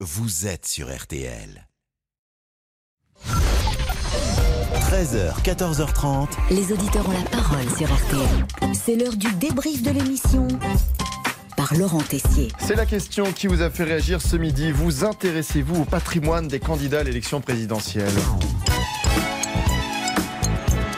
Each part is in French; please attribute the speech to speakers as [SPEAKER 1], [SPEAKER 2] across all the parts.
[SPEAKER 1] Vous êtes sur RTL. 13h, 14h30.
[SPEAKER 2] Les auditeurs ont la parole sur RTL. C'est l'heure du débrief de l'émission par Laurent Tessier.
[SPEAKER 3] C'est la question qui vous a fait réagir ce midi. Vous intéressez-vous au patrimoine des candidats à l'élection présidentielle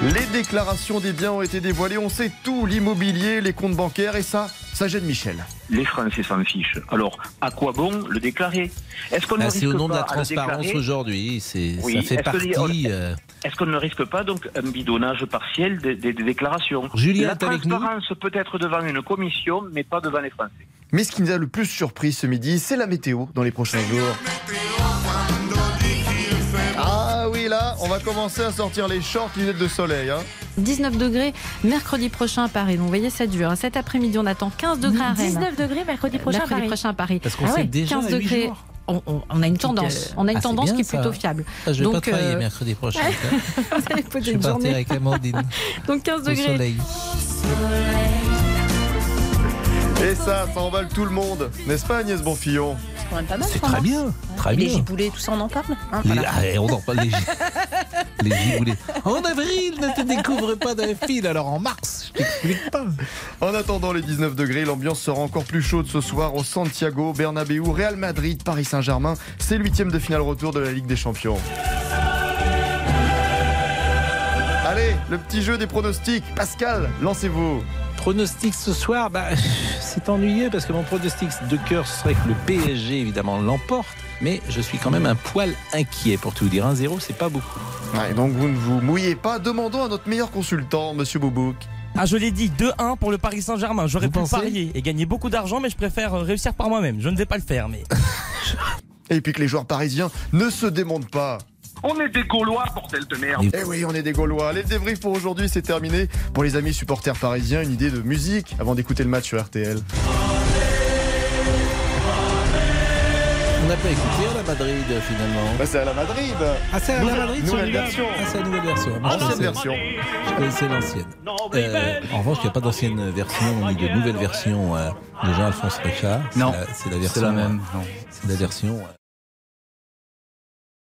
[SPEAKER 3] les déclarations des biens ont été dévoilées, on sait tout, l'immobilier, les comptes bancaires et ça, ça gêne Michel.
[SPEAKER 4] Les Français s'en fichent. Alors, à quoi bon le déclarer
[SPEAKER 5] Est-ce qu'on ah, C'est au nom de la transparence aujourd'hui, oui. ça fait est partie...
[SPEAKER 6] Oh,
[SPEAKER 4] Que, euh... Est-ce qu'on ne risque pas donc un bidonnage partiel des, des, des déclarations
[SPEAKER 5] Julien,
[SPEAKER 4] La transparence peut être devant une commission, mais pas devant les Français.
[SPEAKER 3] Mais ce qui nous a le plus surpris ce midi, c'est la météo dans les prochains jours. Ah oui, là, on va commencer à sortir les shorts, lunettes de soleil. Hein.
[SPEAKER 7] 19 degrés mercredi prochain à Paris. Donc, vous voyez, ça dure. hein. Cet après-midi, on attend 15 degrés à Rennes.
[SPEAKER 6] 19 degrés mercredi prochain,
[SPEAKER 7] mercredi à, Paris. prochain à Paris.
[SPEAKER 5] Parce qu'on ah ouais, déjà 15 degrés. Jours.
[SPEAKER 7] On, on, on, a une tendance, on a une ah, tendance bien, qui est plutôt ça. fiable.
[SPEAKER 5] Ah, je vais Donc, pas travailler euh... mercredi prochain.
[SPEAKER 7] vous allez
[SPEAKER 5] je
[SPEAKER 7] poser une journée.
[SPEAKER 5] avec Amandine.
[SPEAKER 7] Donc 15 degrés.
[SPEAKER 5] Soleil.
[SPEAKER 3] Et ça, ça emballe tout le monde, n'est-ce pas Agnès Bonfillon
[SPEAKER 5] c'est très bien, très bien.
[SPEAKER 6] Les giboulets, tout ça, on en parle. Hein,
[SPEAKER 5] les, voilà. ah, on en parle les, les, giboulets. En avril, ne te découvre pas d'un fil, alors en mars, je t'explique pas.
[SPEAKER 3] En attendant les 19 degrés, l'ambiance sera encore plus chaude ce soir au Santiago, Bernabeu, Real Madrid, Paris Saint-Germain. C'est huitième de finale retour de la Ligue des Champions. Allez, le petit jeu des pronostics. Pascal, lancez-vous.
[SPEAKER 5] Pronostic ce soir, bah, c'est ennuyeux parce que mon pronostic de cœur serait que le PSG évidemment l'emporte, mais je suis quand même un poil inquiet pour tout vous dire. 1-0, c'est pas beaucoup.
[SPEAKER 3] Ouais, Ah, donc vous ne vous mouillez pas. Demandons à notre meilleur consultant, Monsieur Boubouk.
[SPEAKER 8] Ah, je l'ai dit, 2-1 pour le Paris Saint-Germain. J'aurais pu parier et gagner beaucoup d'argent, mais je préfère euh, réussir par moi-même. Je ne vais pas le faire, mais.
[SPEAKER 3] et puis que les joueurs parisiens ne se démontent pas.
[SPEAKER 4] On est des Gaulois, bordel de merde.
[SPEAKER 3] Eh oui, on est des Gaulois. Les débrief pour aujourd'hui, c'est terminé. Pour les amis supporters parisiens, une idée de musique avant d'écouter le match sur RTL.
[SPEAKER 5] On n'a pas écouté à la Madrid finalement.
[SPEAKER 3] Bah, c'est à la Madrid.
[SPEAKER 5] Ah, c'est à la Madrid,
[SPEAKER 3] nouvelle version.
[SPEAKER 5] Ah, c'est la nouvelle version.
[SPEAKER 3] Moi, ancienne version.
[SPEAKER 5] Je connaissais l'ancienne. Euh, en revanche, il n'y a pas d'ancienne version ni de nouvelle version euh, de Jean-Alphonse Richard.
[SPEAKER 9] Non.
[SPEAKER 5] C'est la, la, version.
[SPEAKER 9] même.
[SPEAKER 5] C'est la version. Euh,